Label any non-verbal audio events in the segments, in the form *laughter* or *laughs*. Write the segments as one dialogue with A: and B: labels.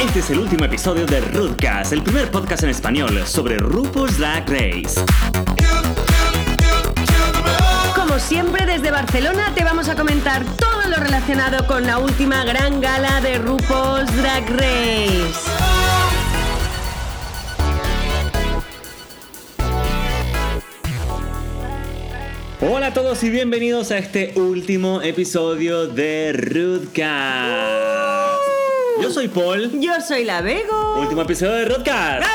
A: Este es el último episodio de Rudcast, el primer podcast en español sobre RuPaul's Drag Race.
B: Como siempre, desde Barcelona te vamos a comentar todo lo relacionado con la última gran gala de RuPaul's Drag Race.
A: Hola a todos y bienvenidos a este último episodio de Rudcast. Yo soy Paul.
B: Yo soy la Vego.
A: Último episodio de Rudcast.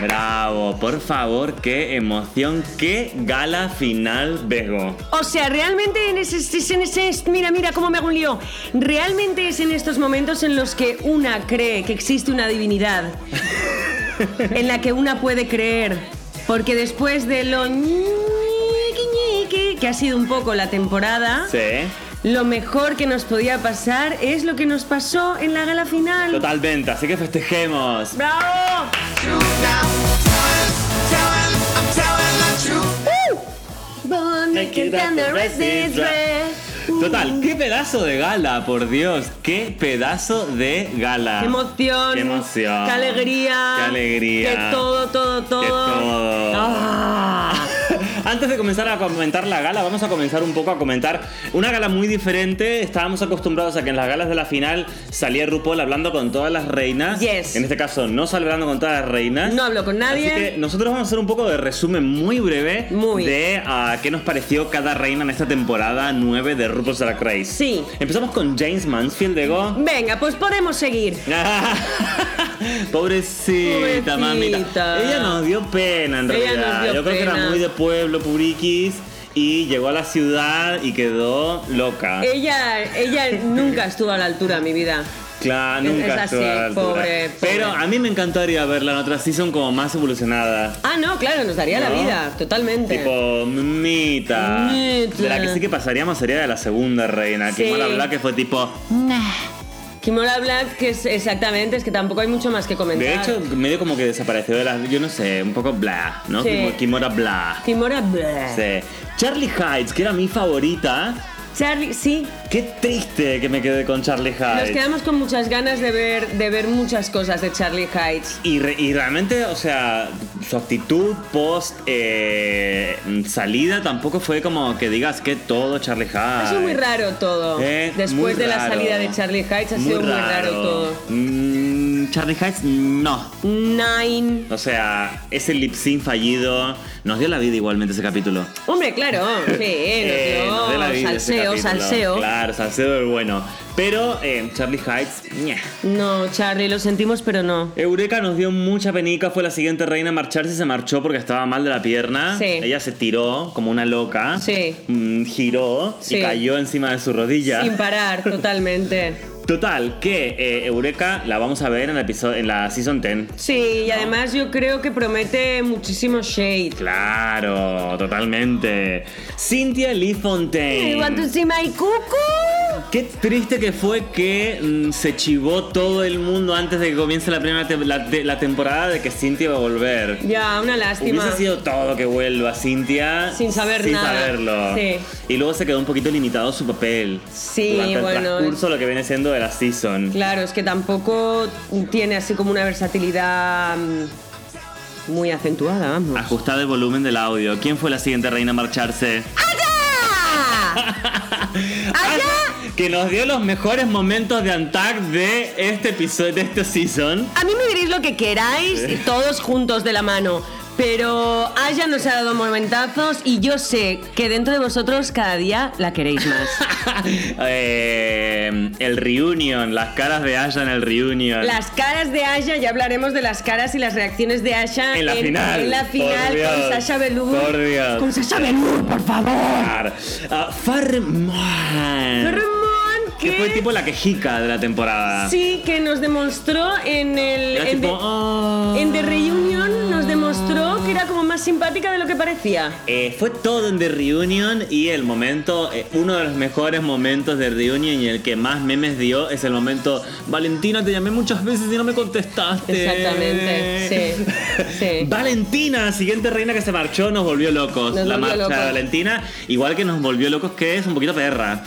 A: Bravo, por favor, qué emoción, qué gala final, Bego.
B: O sea, realmente en ese, es en ese- es- Mira, mira cómo me hago un lío. Realmente es en estos momentos en los que una cree que existe una divinidad. en la que una puede creer. Porque después de lo ñiqui, ñiqui, que ha sido un poco la temporada.
A: Sí,
B: Lo mejor que nos podía pasar es lo que nos pasó en la gala final.
A: totalmente, así que festejemos.
B: ¡Bravo!
A: Uh.
B: Bonnie
A: Make it up
B: cantando
A: and
B: Rest
A: rest
B: is
A: is
B: Red.
A: Total, qué pedazo de gala, por Dios, qué pedazo de gala.
B: Qué emoción.
A: Qué emoción.
B: Qué alegría.
A: Qué alegría.
B: Que todo, todo, todo.
A: Que todo.
B: Ah.
A: *laughs* Antes de comenzar a comentar la gala, vamos a comenzar un poco a comentar una gala muy diferente. Estábamos acostumbrados a que en las galas de la final salía RuPaul hablando con todas las reinas.
B: Yes.
A: En este caso, no sale hablando con todas las reinas.
B: No habló con nadie.
A: Así que nosotros vamos a hacer un poco de resumen muy breve
B: Muy.
A: de ah, qué nos pareció cada reina en esta temporada 9 de RuPaul's Drag Race.
B: Sí.
A: Empezamos con James Mansfield de Go.
B: Venga, pues podemos seguir.
A: *laughs* Pobrecita,
B: Pobrecita.
A: mamita. Ella nos dio pena en
B: Ella
A: realidad.
B: nos dio
A: Yo creo que
B: pena.
A: era muy de pueblo, puriquis, y llegó a la ciudad y quedó loca.
B: Eh, Ella, ella nunca estuvo a la altura, mi vida.
A: claro,
B: es-
A: nunca
B: es
A: estuvo a la
B: así,
A: altura.
B: pobre, pobre.
A: Pero a mí me encantaría verla en otra season como más evolucionada.
B: Ah, no, claro, nos daría la
A: ¿No?
B: vida, totalmente.
A: Tipo, mita.
B: Mita.
A: De la que sí que pasaríamos sería de la segunda reina. Que
B: Sí.
A: mola hablar que fue tipo.
B: Kimora Black, que es exactamente, es que tampoco hay mucho más que comentar.
A: De hecho, medio como que desapareció de las. Yo no sé, un poco bla, ¿no?
B: Sí.
A: Como Kimora bla.
B: Kimora Black.
A: Sí. Charlie Heights, que era mi favorita.
B: Charlie, sí,
A: Qué triste que me quedé con Charlie
B: nos
A: Heights.
B: quedamos con muchas ganas de ver, de ver muchas cosas de Charlie Heights.
A: Y, re- y realmente, o sea, su actitud post eh, salida tampoco fue como que digas que todo Charlie Heights.
B: Ha sido muy raro todo.
A: Eh, muy
B: Después de la
A: raro.
B: salida de Charlie Heights ha sido muy raro todo.
A: Mm, Charlie Heights, no.
B: Nine.
A: O sea, ese lip sync fallido nos dio la vida igualmente ese capítulo.
B: Hombre, claro,
A: *laughs*
B: sí, nos
A: Eh,
B: dio
A: nos dio la vida ese
B: salseo,
A: capítulo.
B: salseo.
A: Claro, salseo del bueno. Pero eh, Charlie Heights, ñeh.
B: No, Charlie, lo sentimos, pero no.
A: Eureka nos dio mucha penica, fue la siguiente reina a marcharse y se marchó porque estaba mal de la pierna.
B: Sí.
A: Ella se tiró como una loca,
B: Sí.
A: Mm, giró
B: Sí.
A: y cayó encima de su rodilla. *laughs*
B: Sin parar, totalmente.
A: Total, que eh, Eureka la vamos a ver en, el episodio, en la Season 10.
B: Sí, y además yo creo que promete muchísimo shade.
A: Claro, totalmente. Cynthia Lee Fontaine.
B: You want to see my cuckoo?
A: Qué triste que fue que mm, se chivó todo el mundo antes de que comience la primera te- la, te- la temporada de que Cintia iba a volver.
B: Ya, una lástima.
A: Hubiese sido todo que vuelva Cintia
B: Sin saber nada.
A: saberlo.
B: Sí.
A: Y luego se quedó un poquito limitado su papel.
B: Sí,
A: durante el
B: bueno.
A: transcurso lo que viene siendo de la season.
B: Claro, es que tampoco tiene así como una versatilidad mm, muy acentuada, vamos.
A: Ajustar el volumen del audio. ¿Quién fue la siguiente reina a marcharse?
B: ¡Allá! ¡Ah,
A: Aya, Que nos dio los mejores momentos de Antac de este episodio, de esta
B: *laughs*
A: season.
B: A mí me diréis lo que queráis, y todos juntos de la mano. Pero Aya nos ha dado momentazos y yo sé que dentro de vosotros cada día la
A: *laughs*
B: queréis más.
A: Eh, el reunion, las caras de Aya en el reunion.
B: Las caras de Aya, ya hablaremos de las caras y las reacciones de Aya
A: En la final,
B: en la
A: por
B: final
A: Dios,
B: con Sasha Velour.
A: por Dios.
B: Con Sasha Velour, por favor.
A: Ah, Farman.
B: Ramón,
A: Que
B: que
A: fue tipo la quejica de la temporada.
B: sí que nos demostró en el
A: Era
B: en,
A: tipo,
B: The-
A: "Oh".
B: en The Reunion nos demostró que era como más simpática de lo que parecía.
A: Eh, fue todo en The Reunion y el momento, eh, uno de los mejores momentos de Reunion y el que más memes dio es el momento, Valentina, te llamé muchas veces y no me contestaste.
B: Exactamente,
A: *laughs*
B: sí, sí.
A: Valentina, siguiente reina que se marchó, nos volvió locos.
B: Nos
A: la
B: volvió
A: marcha de
B: locos.
A: Valentina, igual que nos volvió locos que es un poquito perra.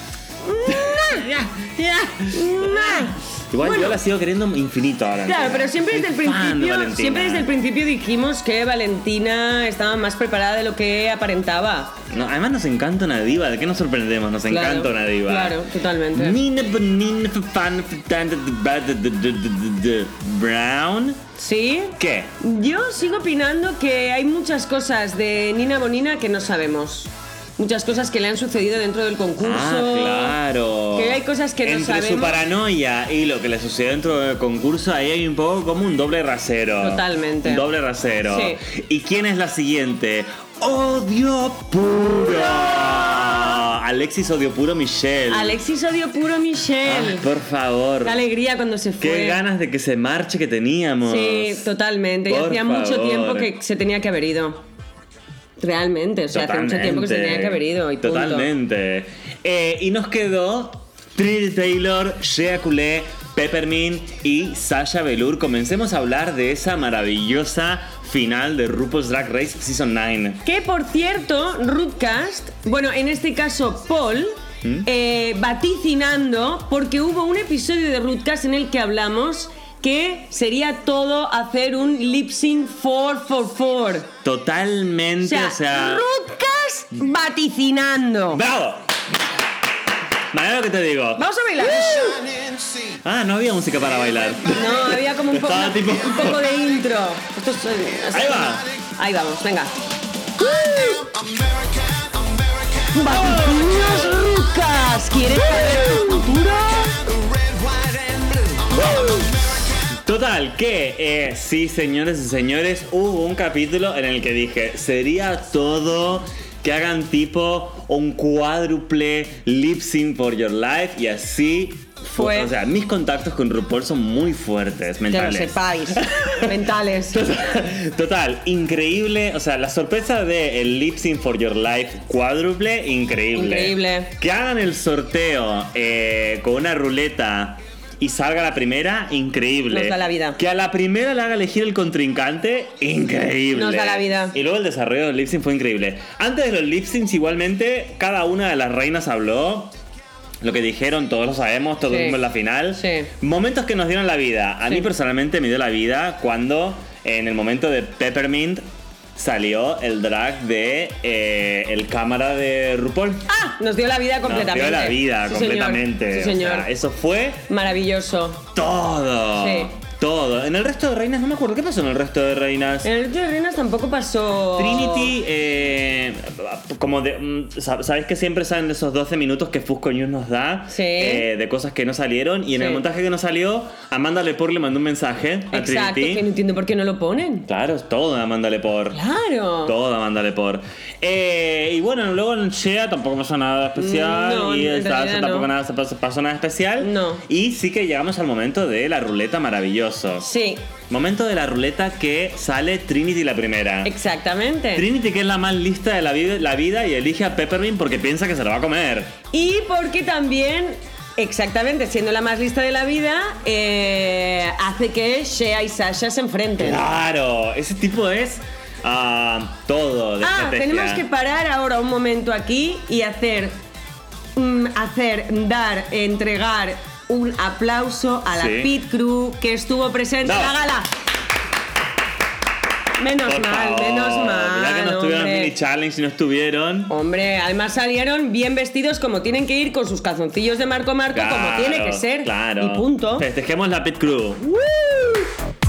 A: Igual
B: Bueno.
A: yo la sigo queriendo infinito ahora.
B: Claro,
A: entera.
B: pero siempre
A: Soy
B: desde el
A: fan de
B: principio,
A: Valentina.
B: siempre desde el principio dijimos que Valentina estaba más preparada de lo que aparentaba.
A: No, además nos encanta una diva, ¿de qué nos sorprendemos? Nos
B: Claro,
A: encanta una diva.
B: Claro, totalmente.
A: Nina Nina fan fan- Brown.
B: ¿Sí?
A: ¿Qué?
B: Yo sigo opinando que hay muchas cosas de Nina Bonina que no sabemos. Muchas cosas que le han sucedido dentro del concurso.
A: Ah, claro.
B: Que hay cosas que no
A: Entre su
B: sabemos.
A: paranoia y lo que le sucedió dentro del concurso, ahí hay un poco como un doble rasero.
B: Totalmente.
A: Un doble rasero.
B: Sí.
A: ¿Y quién es la siguiente? Odio puro. Alexis Odio Puro Michelle.
B: Alexis odio puro
A: Ay,
B: Michelle.
A: por favor.
B: Qué alegría cuando se fue.
A: Ah, Qué ganas de que se marche que teníamos.
B: pues. Sí, totalmente. Y
A: Por
B: hacía mucho
A: favor.
B: tiempo que se tenía que haber ido. Realmente, o sea, hace mucho tiempo que se tenía que haber ido. Y punto.
A: Totalmente. Eh, y nos quedó Trill Taylor, Shea Coulee, Peppermint y Sasha Velour. Comencemos a hablar de esa maravillosa final de RuPaul's Drag Race Season 9.
B: Que por cierto, Rootcast, bueno, en este caso Paul,
A: ¿Mm?
B: eh, vaticinando, porque hubo un episodio de Rootcast en el que hablamos que sería todo hacer un lip sync 444.
A: Totalmente,
B: O sea,
A: o sea,
B: Rootcast vaticinando.
A: ¡Bravo! Vale, lo que te digo.
B: Vamos a bailar.
A: ¡Uh! Ah, no había música para bailar.
B: No, había como un poco,
A: Estaba tipo-
B: un poco de intro. Esto es- eh,
A: Ahí va.
B: Ahí vamos, venga.
C: American,
B: Vaticinos Rootcast, ¿quieres saber tu futuro?
C: red, white, and blue.
A: Total, que eh, sí, señores y señores, hubo un capítulo en el que dije, sería todo que hagan tipo un cuádruple lip sync for your life y así fue.
B: Fue.
A: O sea, mis contactos con RuPaul son muy fuertes,
B: Que lo
A: mentales.
B: sepáis.
A: *laughs*
B: Mentales.
A: Total, increíble. O sea, la sorpresa de el Lip Sync for Your Life cuádruple, increíble.
B: Increíble.
A: Que hagan el sorteo eh, con una ruleta y salga la primera, increíble.
B: Nos da la vida.
A: Que a la primera le haga elegir el contrincante, increíble.
B: Nos da la vida.
A: Y luego el desarrollo del Lip Sync fue increíble. Antes de los Lip Syncs, igualmente, cada una de las reinas habló. Lo que dijeron, todos lo sabemos, todos
B: Sí.
A: vimos la final.
B: Sí.
A: Momentos que nos dieron la vida. A
B: Sí.
A: mí personalmente me dio la vida cuando en el momento de Peppermint salió el drag de eh, el cámara de RuPaul.
B: ¡Ah! Nos dio la vida
A: Nos
B: completamente.
A: dio la vida
B: Sí, señor.
A: completamente.
B: Sí,
A: O
B: señor.
A: sea, eso fue
B: Maravilloso.
A: todo.
B: Sí.
A: Todo. En el resto de reinas, no me acuerdo qué pasó en el resto de reinas.
B: En el Rito de Reinas tampoco pasó.
A: Trinity, eh, como de, mm, sab- sabes que siempre salen esos 12 minutos que Fusco News nos da
B: Sí.
A: eh, de cosas que no salieron. Y en el
B: Sí.
A: montaje que no salió, Amanda Lepore le mandó un mensaje a
B: Exacto,
A: Trinity.
B: que no entiendo por qué no lo ponen.
A: Claro, es todo de Amanda Lepore.
B: Claro.
A: Todo de Amanda Lepore. Eh, y bueno, luego en Shea tampoco pasó nada especial.
B: No,
A: y
B: en
A: en Sasha
B: realidad
A: tampoco
B: no.
A: nada, pasó, pasó nada especial.
B: No.
A: Y sí que llegamos al momento de la ruleta maravilloso.
B: Sí,
A: Momento de la ruleta que sale Trinity la primera.
B: exactamente.
A: Trinity, que es la más lista de la vida, la vida y elige a Peppermint porque piensa que se la va a comer.
B: y porque también. Exactamente, siendo la más lista de la vida, eh, hace que Shea y Sasha se enfrenten.
A: Claro, ese tipo es ah, todo de
B: Ah,
A: estrategia.
B: tenemos que parar ahora un momento aquí y hacer, mm, hacer, dar, entregar un aplauso a la
A: Sí.
B: pit crew que estuvo presente en la
A: Bravo.
B: gala. Menos
A: Por
B: mal,
A: favor,
B: menos mal.
A: mirá que no estuvieron en
B: hombre.
A: mini challenge y no estuvieron.
B: Hombre, además salieron bien vestidos como tienen que ir con sus calzoncillos de Marco Marco como
A: Claro,
B: tiene que ser.
A: Claro.
B: Y punto.
A: Festejemos la pit crew.
B: ¡Woo!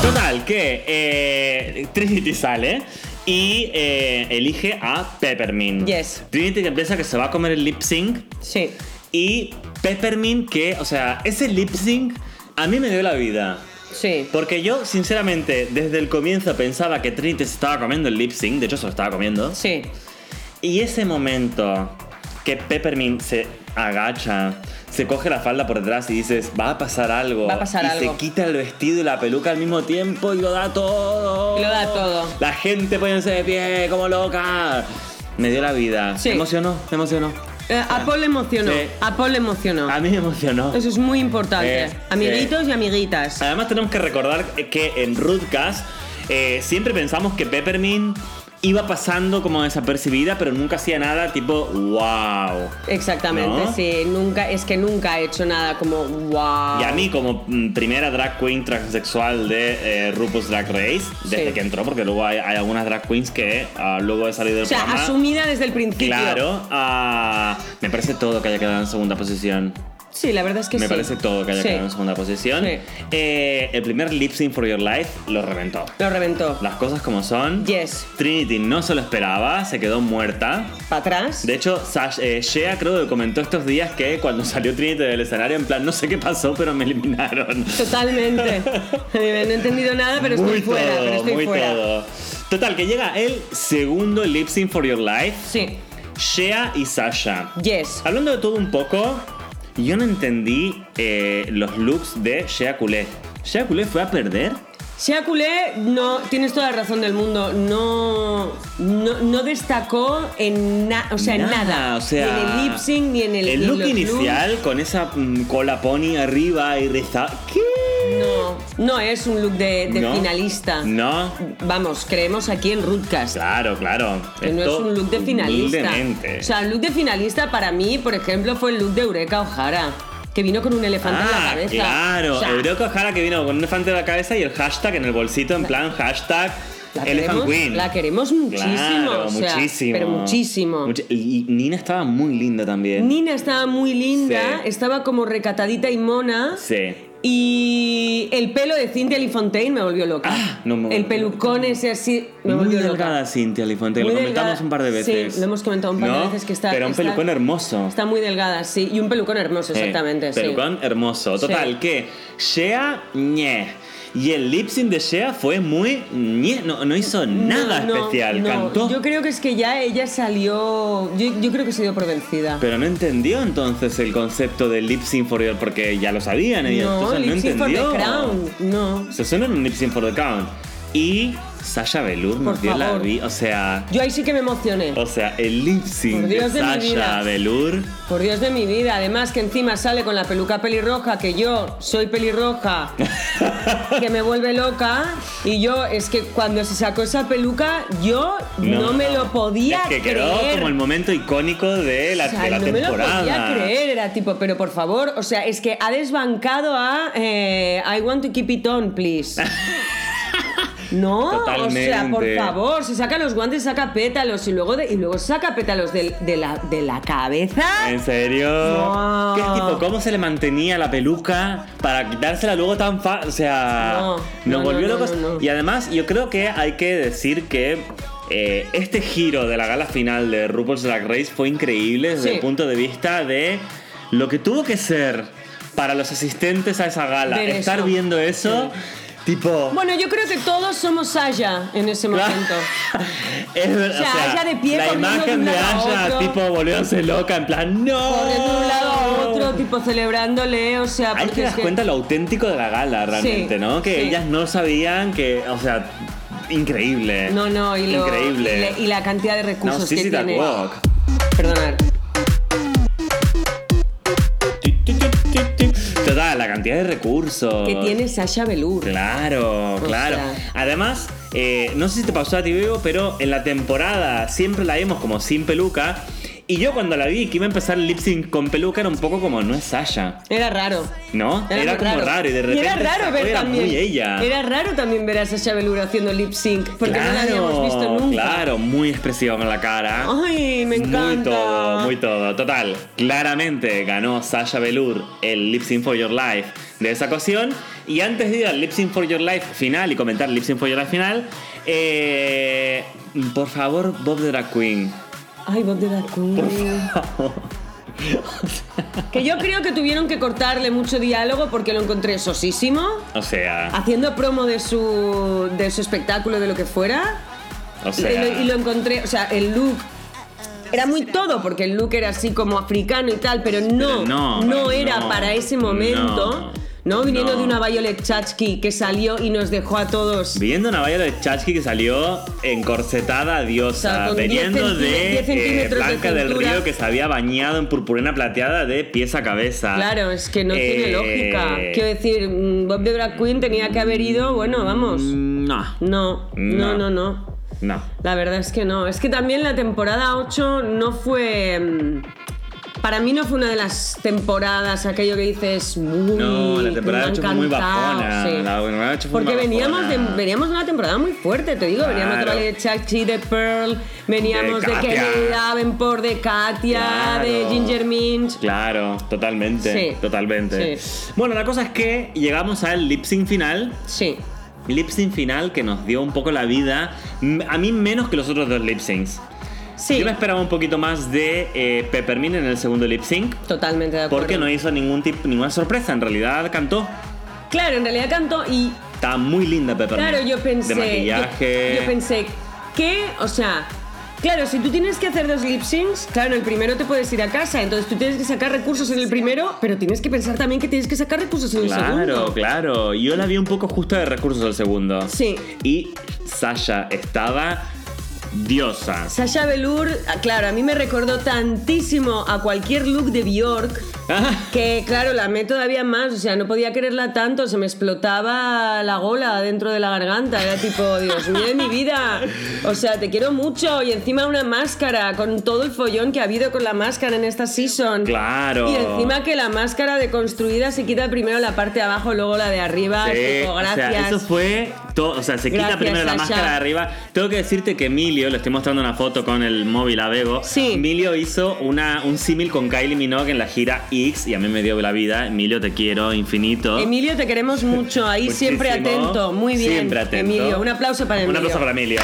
A: Total, que eh, Trinity sale y eh, elige a Peppermint.
B: Yes.
A: Trinity que piensa que se va a comer el lip sync.
B: Sí.
A: Y Peppermint que, o sea, ese lip sync a mí me dio la vida.
B: Sí.
A: Porque yo, sinceramente, desde el comienzo pensaba que Trinity se estaba comiendo el lip sync, de hecho se lo estaba comiendo.
B: Sí.
A: Y ese momento que Peppermint se agacha, se coge la falda por detrás y dices, va a pasar algo.
B: Va a pasar
A: y
B: algo.
A: se quita el vestido y la peluca al mismo tiempo y lo da todo.
B: Lo da todo.
A: La gente poniéndose de pie como loca. Me dio la vida.
B: Sí.
A: Me emocionó, me emocionó.
B: Eh, a Paul le emocionó.
A: Sí.
B: A Paul le emocionó.
A: A mí me emocionó.
B: Eso es muy importante.
A: Sí, Ah.
B: Amiguitos y amiguitas.
A: Además tenemos que recordar que en Rootcast eh, siempre pensamos que Peppermint iba pasando como desapercibida, pero nunca hacía nada tipo, wow.
B: Exactamente,
A: ¿No?
B: sí. Nunca, es que nunca he hecho nada como wow.
A: Y a mí, como mm, primera drag queen transexual de eh, RuPaul's Drag Race, desde
B: Sí.
A: que entró, porque luego hay, hay algunas drag queens que ah, luego de salir del
B: O sea,
A: programa.
B: asumida desde el principio.
A: Claro, ah, me parece todo que haya quedado en segunda posición.
B: Sí, la verdad es que
A: me
B: sí.
A: parece todo que haya
B: Sí.
A: quedado en segunda posición.
B: Sí.
A: Eh, el primer lip sync for your life lo reventó.
B: Lo reventó.
A: Las cosas como son.
B: Yes.
A: Trinity no se lo esperaba, se quedó muerta.
B: Para atrás.
A: De hecho, Sash, eh, Shea creo que comentó estos días que cuando *laughs* salió Trinity del escenario, en plan, no sé qué pasó, pero me eliminaron. *laughs*
B: Totalmente. Eh, No he entendido nada, pero estoy fuera. pero estoy
A: muy
B: fuera.
A: todo. Total, que llega el segundo lip sync for your life,
B: Sí.
A: Shea y Sasha.
B: Yes.
A: Hablando de todo un poco, yo no entendí eh, los looks de Shea Coulee. ¿Shea Coulee fue a perder?
B: Shea Coulee, no, tienes toda la razón del mundo, no, no, no destacó en, na- o sea, en
A: Nada,
B: nada,
A: o sea,
B: ni en el lip sync, ni en el, ni
A: El
B: en
A: look
B: los
A: inicial con esa mm, cola pony arriba y rizada. ¿Qué?
B: looks. No, no es un look de, de
A: No.
B: finalista.
A: No.
B: Vamos, creemos aquí en Rootcast.
A: Claro, claro.
B: Que no es
A: Esto
B: un look de finalista.
A: humildemente.
B: O sea, el look de finalista para mí, por ejemplo, fue el look de Eureka O'Hara, que vino con un elefante en la
A: Ah,
B: cabeza.
A: claro.
B: O sea,
A: Eureka O'Hara que vino con un elefante en la cabeza y el hashtag en el bolsito en plan hashtag
B: la
A: Elephant
B: queremos,
A: Queen.
B: La queremos muchísimo.
A: Claro,
B: o sea,
A: muchísimo.
B: Pero muchísimo.
A: Muchi- y Nina estaba muy linda también.
B: Nina estaba muy linda,
A: Sí.
B: estaba como recatadita y mona.
A: Sí.
B: Y el pelo de Cynthia Lee Fontaine me volvió loca.
A: Ah, no me volvió
B: el pelucón ese así me
A: muy
B: volvió
A: delgada
B: loca.
A: Cintia Lifonte, lo
B: Muy
A: comentamos
B: delgada.
A: un par de veces.
B: Sí, lo hemos comentado un par de
A: ¿No?
B: veces que está-
A: Pero un
B: está-
A: pelucón hermoso.
B: Está muy delgada, sí. Y un pelucón hermoso, exactamente.
A: Eh,
B: sí.
A: Pelucón hermoso. Total,
B: Sí.
A: que Shea, ñe. Y el lip sync de Shea fue muy ñe. No, no hizo nada
B: No, no,
A: especial.
B: no.
A: Cantó.
B: Yo creo que es que ya ella salió. Yo, yo creo que se dio por vencida.
A: Pero no entendió entonces el concepto de lip sync for your, porque ya lo sabían ellos. entonces no
B: no, Lip Sync for the
A: entendió.
B: Crown. No.
A: Se suena en un lip sync for the count. Y Sasha Velour nos
B: Por
A: dio la
B: favor.
A: vi. O sea,
B: Yo ahí sí que me emocioné.
A: o sea, el lip sync
B: Por
A: de
B: Dios de mi
A: Sasha
B: vida.
A: Velour.
B: Por Dios de mi vida, además que encima sale con la peluca pelirroja, que yo soy pelirroja, que me vuelve loca. Y yo, es que cuando se sacó esa peluca, yo no, me lo podía
A: Es que quedó
B: creer.
A: como el momento icónico de la,
B: O sea,
A: de la
B: no
A: temporada.
B: me lo podía creer, era tipo, pero por favor, o sea, es que ha desbancado a eh, I want to keep it
A: *laughs*
B: on, please. No, o sea, por
A: Totalmente.
B: favor, si saca los guantes, saca pétalos y luego, de- y luego saca pétalos del- de, la, de la cabeza.
A: ¿En serio?
B: No.
A: ¿Qué es tipo? ¿Cómo se le mantenía la peluca para quitársela luego tan fácil? O sea,
B: No,
A: nos
B: no,
A: volvió
B: no, no,
A: locos.
B: no, no.
A: Y además, yo creo que hay que decir que eh, este giro de la gala final de RuPaul's Drag Race fue increíble desde
B: Sí.
A: el punto de vista de lo que tuvo que ser para los asistentes a esa gala.
B: Ver
A: Estar
B: eso.
A: viendo eso, tipo.
B: Bueno, yo creo que todos somos Saya en ese momento.
A: *laughs* Es verdad,
B: O sea, Aya de pie
A: la
B: corriendo de
A: imagen
B: un
A: de
B: lado a
A: Aya,
B: otro.
A: tipo, volviéndose loca, en plan, ¡no!
B: Corriendo de un lado a otro, tipo celebrándole, o sea,
A: Ahí
B: Ah, porque
A: te das
B: es que-
A: cuenta lo auténtico de la gala realmente,
B: Sí,
A: ¿no? Que
B: sí.
A: ellas no sabían que, o sea, increíble.
B: No, no, y lo-
A: Increíble.
B: Y, la- y la cantidad de
A: no,
B: recursos
A: sí,
B: que
A: sí, that
B: tiene.
A: walk.
B: Perdonad.
A: Total, la cantidad de recursos.
B: Que tiene Sasha Velour.
A: Claro,
B: O
A: claro.
B: sea.
A: Además, eh, no sé si te pasó a ti, Bebo, pero en la temporada siempre la vimos como sin peluca. Y yo cuando la vi que iba a empezar el lip sync con peluca era un poco como no es Sasha,
B: Era raro.
A: ¿no? Era,
B: muy
A: como raro. y de repente
B: era raro
A: sacó,
B: ver
A: era
B: también.
A: muy ella.
B: Era raro también ver a Sasha Velour haciendo lip sync, porque no la habíamos visto nunca.
A: Claro, muy expresiva con la cara.
B: Ay, me encanta.
A: Muy todo, muy todo. Total, claramente ganó Sasha Velour el Lip Sync for Your Life de esa ocasión. Y antes de ir al Lip Sync for Your Life final y comentar Lip Sync for Your Life final, eh, por favor, Bob the Drag Queen.
B: Ay, Bob de la Queen. Que yo creo que tuvieron que cortarle mucho diálogo porque lo encontré sosísimo.
A: O sea,
B: Haciendo promo de su, de su espectáculo, de lo que fuera.
A: o
B: Y
A: sea.
B: lo, y lo encontré, o sea, el look. Era muy todo, porque el look era así como africano y tal, pero no,
A: Pero no,
B: no,
A: no,
B: era para ese momento.
A: no,
B: No, viniendo
A: no.
B: de una Violet Chachki que salió y nos dejó a todos.
A: Viendo una valla de Chachki que salió encorsetada diosa,
B: O sea, con 10
A: veniendo
B: centí-
A: de eh,
B: 10 centímetros de
A: Blanca del
B: cintura.
A: Río que se había bañado en purpurina plateada de pies a cabeza.
B: Claro, es que no
A: Ah, Eh,
B: tiene lógica. Quiero decir, mm, Bob de Drag Queen tenía que haber ido, bueno, vamos.
A: No.
B: No, no,
A: No.
B: no, no.
A: No.
B: La verdad es que no. Es que también la temporada 8 no fue. mm, Para mí no fue una de las temporadas, aquello que dices. "Uy,
A: No, la temporada
B: me ha
A: 8 fue muy
B: encantado",
A: bajona.
B: sí.
A: La temporada 8 fue
B: Porque
A: muy
B: veníamos de,
A: bajona.
B: veníamos de una temporada muy fuerte, te digo. Veníamos de
A: Claro.
B: Valley de Chachi, de Pearl, veníamos
A: De
B: de,
A: Katia.
B: Kelly Davenport, de Katia, de
A: Claro.
B: Ginger Minch.
A: Claro, totalmente.
B: Sí.
A: Totalmente. Bueno, la cosa es que llegamos al lip sync final.
B: Sí.
A: Lip sync final que nos dio un poco la vida. m- A mí menos que los otros dos lip syncs.
B: Sí.
A: Yo me esperaba un poquito más de eh, Peppermint en el segundo lip sync.
B: Totalmente de acuerdo.
A: Porque no hizo ningún tip, ninguna sorpresa. En realidad cantó.
B: Claro, en realidad canto y
A: Estaba muy linda Peppermint.
B: Claro, yo pensé.
A: De maquillaje.
B: Yo, yo pensé, ¿qué? O sea, claro, si tú tienes que hacer dos lip syncs, claro, en el primero te puedes ir a casa, entonces tú tienes que sacar recursos en el primero, pero tienes que pensar también que tienes que sacar recursos en el
A: Claro,
B: segundo.
A: claro. Yo la vi un poco justa de recursos al segundo.
B: Sí.
A: Y Sasha estaba diosa. *laughs*
B: Sasha Velour, ah, claro, a mí me recordó tantísimo a cualquier look de Bjork. Que claro, la amé todavía más, o sea, no podía quererla tanto, se me explotaba la gola dentro de la garganta, era tipo, Dios mío de mi vida, o sea, te quiero mucho y encima una máscara, con todo el follón que ha habido con la máscara en esta season.
A: Claro.
B: Y encima que la máscara deconstruida se quita primero la parte de abajo, luego la de arriba,
A: Sí,
B: es tipo,
A: o sea,
B: gracias.
A: eso fue todo. O sea, se quita
B: Gracias,
A: primero la
B: Sasha.
A: máscara de arriba. Tengo que decirte que Emilio, le estoy mostrando una foto con el móvil a Bego.
B: Sí.
A: Emilio hizo una, un símil con Kylie Minogue en la gira X y a mí me dio la vida. Emilio, te quiero infinito.
B: Emilio, te queremos mucho, ahí
A: Muchísimo.
B: siempre atento, muy bien.
A: Siempre atento.
B: Emilio, un aplauso para Emilio.
A: Un aplauso para Emilio.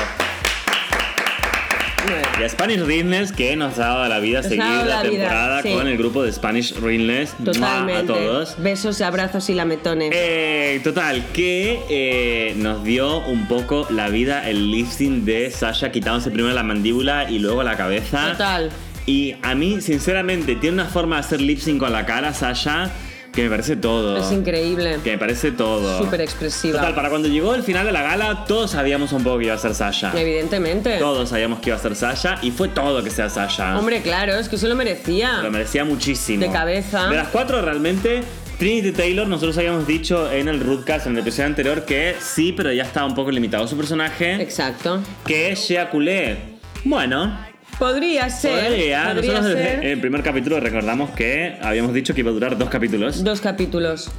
B: Muy bien.
A: Y a Spanish Readers que nos ha dado la vida
B: Nos ha
A: seguir
B: dado
A: la,
B: la vida,
A: temporada
B: sí.
A: con el grupo de Spanish Readers
B: Totalmente.
A: A todos.
B: Besos, abrazos y lametones.
A: Eh, total, que eh, nos dio un poco la vida el lifting de Sasha quitándose primero la mandíbula y luego la cabeza.
B: Total.
A: Y a mí, sinceramente, tiene una forma de hacer lip sync con la cara, Sasha, que me parece todo.
B: Es increíble.
A: Que me parece todo.
B: Súper expresiva.
A: Total, para cuando llegó el final de la gala, todos sabíamos un poco que iba a ser Sasha.
B: Evidentemente.
A: Todos sabíamos que iba a ser Sasha y fue todo que sea Sasha.
B: Hombre, claro, es que se lo merecía.
A: Lo merecía muchísimo.
B: De cabeza.
A: De las cuatro realmente, Trinity Taylor, nosotros habíamos dicho en el Rootcast, en el episodio anterior, que sí, pero ya estaba un poco limitado su personaje.
B: Exacto.
A: Que es Shea Coulee. Bueno,
B: Podría ser.
A: podría. Nosotros desde
B: ser
A: el primer capítulo recordamos que habíamos dicho que iba a durar dos capítulos.
B: Dos capítulos.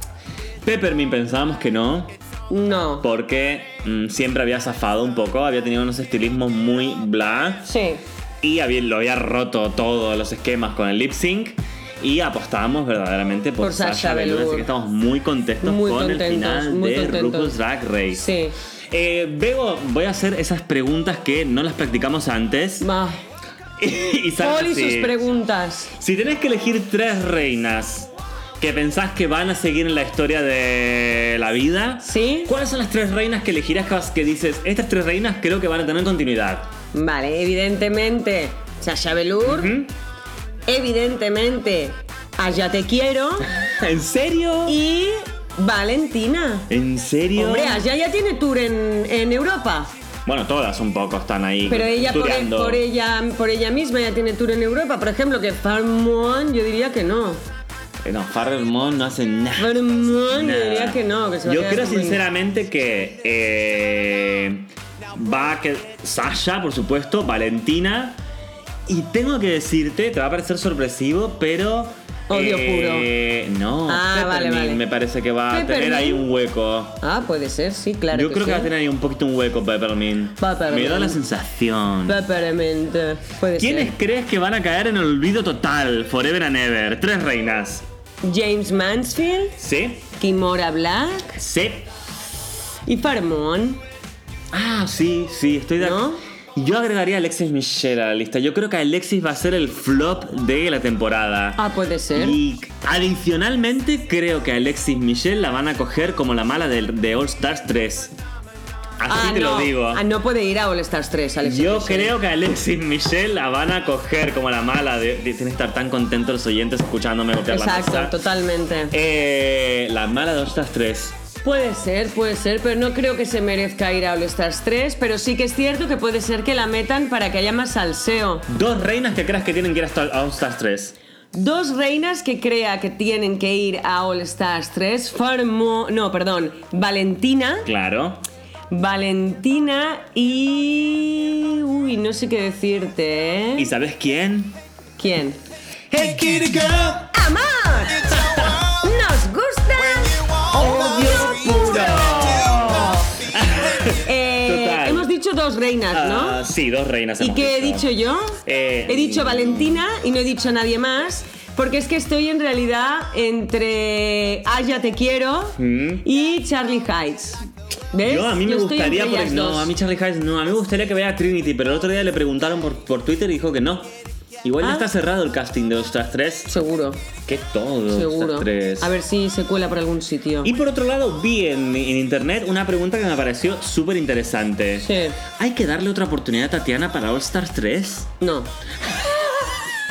A: Peppermint pensábamos que no,
B: No.
A: porque mm, siempre había zafado un poco, había tenido unos estilismos muy bla.
B: Sí.
A: y había- lo había roto todos los esquemas con el lip sync y apostábamos verdaderamente por,
B: Por Sasha
A: Sasha, Velour,
B: Velour.
A: así que estamos muy contentos
B: Muy
A: con el
B: contentos,
A: final
B: muy
A: de
B: contentos.
A: RuPaul's Drag Race.
B: Sí.
A: Eh, Bego, voy a hacer esas preguntas que no las practicamos antes.
B: Va.
A: *laughs* y salen
B: Paul y
A: así.
B: sus preguntas.
A: Si tenés que elegir tres reinas que pensás que van a seguir en la historia de la vida,
B: Sí.
A: ¿cuáles son las tres reinas que elegirás que vas- que dices, estas tres reinas creo que van a tener continuidad?
B: Vale, evidentemente. Sasha Velour.
A: ¿Mm?
B: Evidentemente. Allá te
A: *laughs*
B: quiero.
A: ¿En serio?
B: y Valentina.
A: ¿En serio?
B: Hombre, allá ya tiene tour en, en Europa.
A: Bueno, todas un poco están ahí.
B: Pero ella por, e-
A: tureando.
B: por ella por ella misma ya tiene tour en Europa. Por ejemplo, que Farmon, yo diría que no.
A: Eh, No, Farrell Moon no hace nada.
B: Farmon, yo
A: Nada.
B: diría que no. que se va a
A: Yo
B: quedar
A: creo
B: como en-
A: sinceramente que eh, va a que Sasha, por supuesto, Valentina. Y tengo que decirte, te va a parecer sorpresivo, pero.
B: Odio
A: eh, No,
B: Ah,
A: Peppermint
B: vale, vale.
A: me parece que va a tener
B: Peppermint.
A: ahí un hueco.
B: Ah, puede ser, sí, claro.
A: Yo creo que va a
B: sí.
A: tener ahí un poquito un hueco, Peppermint.
B: Peppermint.
A: Me da la sensación.
B: Peppermint, eh, Puede
A: ¿Quiénes
B: ser.
A: crees que van a caer en el olvido total? Forever and ever. Tres reinas.
B: James Mansfield,
A: ¿Sí?
B: Kimora Black
A: ¿Sí?
B: y Farmon.
A: Ah, sí, sí, estoy de
B: ¿No?
A: Yo agregaría a Alexis Michelle a la lista. Yo creo que Alexis va a ser el flop de la temporada.
B: Ah, puede ser.
A: Y adicionalmente creo que a Alexis Michelle la van a coger como la mala de, de All Stars 3. Así
B: ah,
A: te
B: no.
A: lo digo.
B: Ah, no puede ir a All Stars 3, Alex.
A: Yo
B: Michel.
A: creo que a Alexis Michelle la van a coger como la mala. De, de- tienen que estar tan contentos los oyentes escuchándome golpear la mesa.
B: Exacto, totalmente.
A: Eh, la mala de All Stars 3.
B: Puede ser, puede ser, pero no creo que se merezca ir a All Stars 3, pero sí que es cierto que puede ser que la metan para que haya más salseo.
A: Dos reinas que creas que tienen que ir hasta a All Stars 3.
B: Dos reinas que crea que tienen que ir a All Stars 3, Farmo, no, perdón, Valentina,
A: Claro.
B: Valentina y. Uy, no sé qué decirte,
A: ¿Y
B: ¿eh?
A: sabes quién? Ah,
B: ¿Quién?
A: Hey, kitty girl.
B: ¡Amor!
C: It's a world
B: ¡Nos
C: when
B: gusta!
C: you all of your
A: puro.
B: Eh,
A: Total.
B: hemos dicho dos reinas, ¿no?
A: Ah, sí, dos reinas.
B: ¿Y
A: hemos
B: qué he
A: dicho.
B: dicho yo?
A: Eh,
B: he dicho
A: mm.
B: Valentina y no he dicho a nadie más. Porque es que estoy en realidad entre Aya Te Quiero
A: Mm.
B: y Charlie Heights. ¿Ves?
A: Yo a mí me
B: ¿Eh? estoy
A: gustaría,
B: entre
A: por
B: ellas
A: no,
B: dos.
A: a mí Charlie Hayes no, a mí me gustaría que vea a Trinity, pero el otro día le preguntaron por, por Twitter y dijo que no. Igual ya
B: Ah.
A: está cerrado el casting de nuestras tres.
B: Seguro,
A: Que todo,
B: seguro.
A: estas tres.
B: A ver si se cuela por algún sitio.
A: Y por otro lado, vi en, en internet una pregunta que me pareció súper interesante.
B: Sí.
A: ¿Hay que darle otra oportunidad a Tatiana para All Stars 3?
B: No.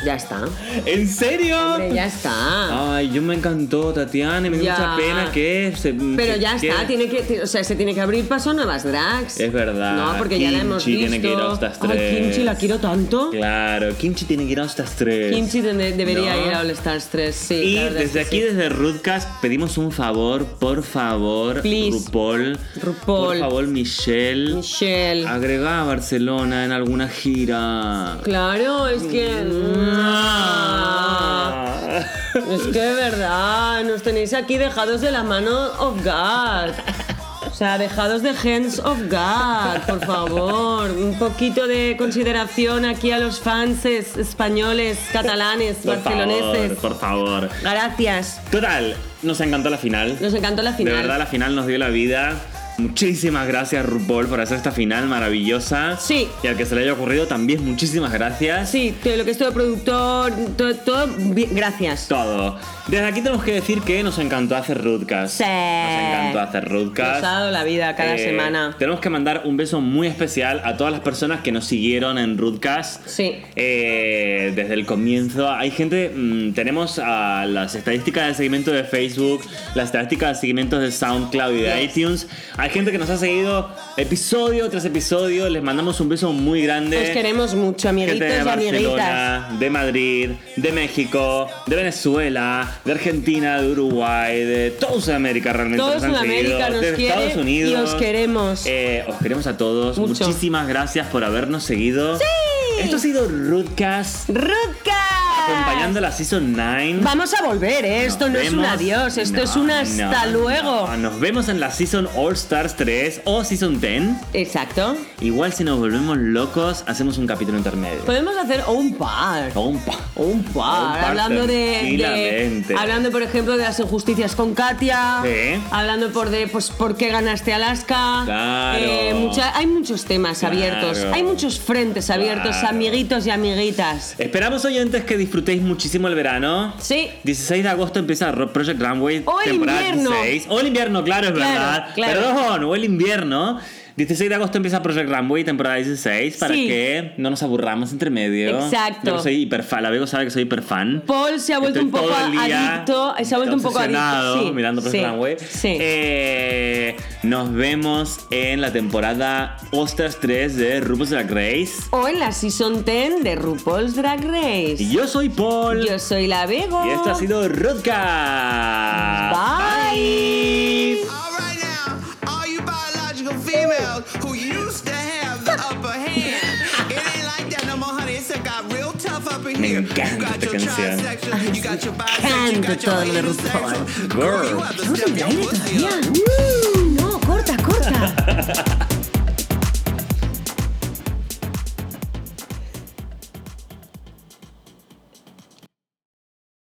B: ya está.
A: ¿En serio?
B: Hombre, ya está.
A: Ay, yo me encantó Tatiana y me dio
B: Ya.
A: mucha pena que se.
B: Pero
A: que-
B: ya está,
A: que-
B: tiene que, o sea, se tiene que abrir paso a nuevas drags.
A: Es verdad,
B: No, porque ya la hemos
A: Kimchi
B: visto.
A: tiene que ir a estas
B: Ay,
A: tres.
B: Kimchi la quiero tanto.
A: Claro, Kimchi tiene que ir a All Stars 3.
B: Kimchi de- debería
A: ¿No?
B: ir a All Stars 3, sí.
A: Y
B: la verdad
A: desde
B: es que
A: aquí,
B: sí.
A: desde Rudcast, pedimos un favor, por favor,
B: Please.
A: RuPaul.
B: RuPaul.
A: Por favor, Michelle.
B: Michelle.
A: Agrega a Barcelona en alguna gira.
B: Claro, es que.
A: Mm.
B: Ah. Es que de verdad, nos tenéis aquí dejados de la mano of God. O sea, dejados de hands of God, por favor. Un poquito de consideración aquí a los fans españoles, catalanes,
A: Por favor,
B: barceloneses.
A: por favor.
B: Gracias.
A: Total, nos encantó la final.
B: Nos encantó la final.
A: De verdad, la final nos dio la vida. Muchísimas gracias, RuPaul, por hacer esta final maravillosa.
B: Sí.
A: Y al que se le haya ocurrido también, muchísimas gracias.
B: Sí, todo lo que es todo productor, todo, todo bien, gracias.
A: Todo. Desde aquí tenemos que decir que nos encantó hacer Rudcast.
B: Sí.
A: Nos encantó hacer Rudcast.
B: Nos ha dado la vida cada
A: Eh,
B: semana.
A: Tenemos que mandar un beso muy especial a todas las personas que nos siguieron en Rudcast.
B: Sí.
A: Eh, desde el comienzo. Hay gente. mm, tenemos a las estadísticas de seguimiento de Facebook, las estadísticas de seguimiento de SoundCloud y de
B: Yes.
A: iTunes. Hay gente que nos ha seguido episodio tras episodio. Les mandamos un beso muy grande.
B: Os queremos mucho, amiguitos
A: Gente de
B: y amiguitas.
A: Barcelona, de Madrid, de México, de Venezuela, de Argentina, de Uruguay, de toda Sudamérica realmente.
B: Todo
A: nos han
B: Sudamérica
A: seguido,
B: nos
A: de
B: quiere
A: Estados Unidos.
B: y os queremos.
A: Eh, os queremos a todos.
B: Mucho.
A: Muchísimas gracias por habernos seguido.
B: ¡Sí!
A: Esto ha sido Rootcast
B: ¡Rutka!
A: acompañando la Season 9.
B: Vamos a volver, ¿eh?
A: Nos
B: Esto no es un
A: vemos.
B: adiós, esto
A: No,
B: es un hasta
A: no,
B: luego.
A: no. Nos vemos en la Season All Stars 3 o Season 10.
B: Exacto.
A: Igual si nos volvemos locos, hacemos un capítulo intermedio.
B: Podemos hacer o un par.
A: O un pa-
B: O un par.
A: Un par
B: hablando de, de-
A: tranquilamente.
B: Hablando, por ejemplo, de las injusticias con Katia.
A: Sí.
B: Hablando por de pues por qué ganaste Alaska.
A: Claro.
B: Eh, mucha- hay muchos temas
A: Claro.
B: abiertos. Hay muchos frentes abiertos,
A: Claro.
B: amiguitos y amiguitas.
A: Esperamos oyentes que disfrutéis muchísimo el verano.
B: Sí.
A: 16 de agosto empieza Rock Project Runway,
B: O el
A: temporada
B: invierno.
A: 16. O el invierno, claro, es
B: Claro,
A: verdad.
B: claro.
A: Perdón, o el invierno. 16 de agosto empieza Project Runway, temporada 16, para
B: Sí.
A: que no nos aburramos entre medio.
B: Exacto.
A: Yo que soy hiperfan, la Bego sabe que soy hiperfan.
B: Paul se ha vuelto
A: Estoy
B: un poco
A: todo el día
B: adicto. Se ha vuelto un poco adicto.
A: obsesionado
B: Sí,
A: mirando Project
B: sí,
A: Runway.
B: sí.
A: Eh, nos vemos en la temporada Ostras 3 de RuPaul's Drag Race.
B: O en la Season 10 de RuPaul's Drag Race.
A: Y yo soy Paul.
B: Yo soy la Vego.
A: Y esto ha sido Rodcast.
B: Bye.
C: All right now, all you biological females who used to have the upper hand. It ain't like that no more, honey. It's got real tough up in
A: Me
C: here. You
A: encanta
C: got
A: esta
C: your
A: canción.
C: trisexual, you got your bisexual, you
B: encanta
C: got your
B: todo lo de
C: intersexual.
A: RuPaul.
C: Girl, you have to
B: Estamos en
C: step
B: el aire
C: your pussy
B: todavía.
C: up.
B: No, corta, corta.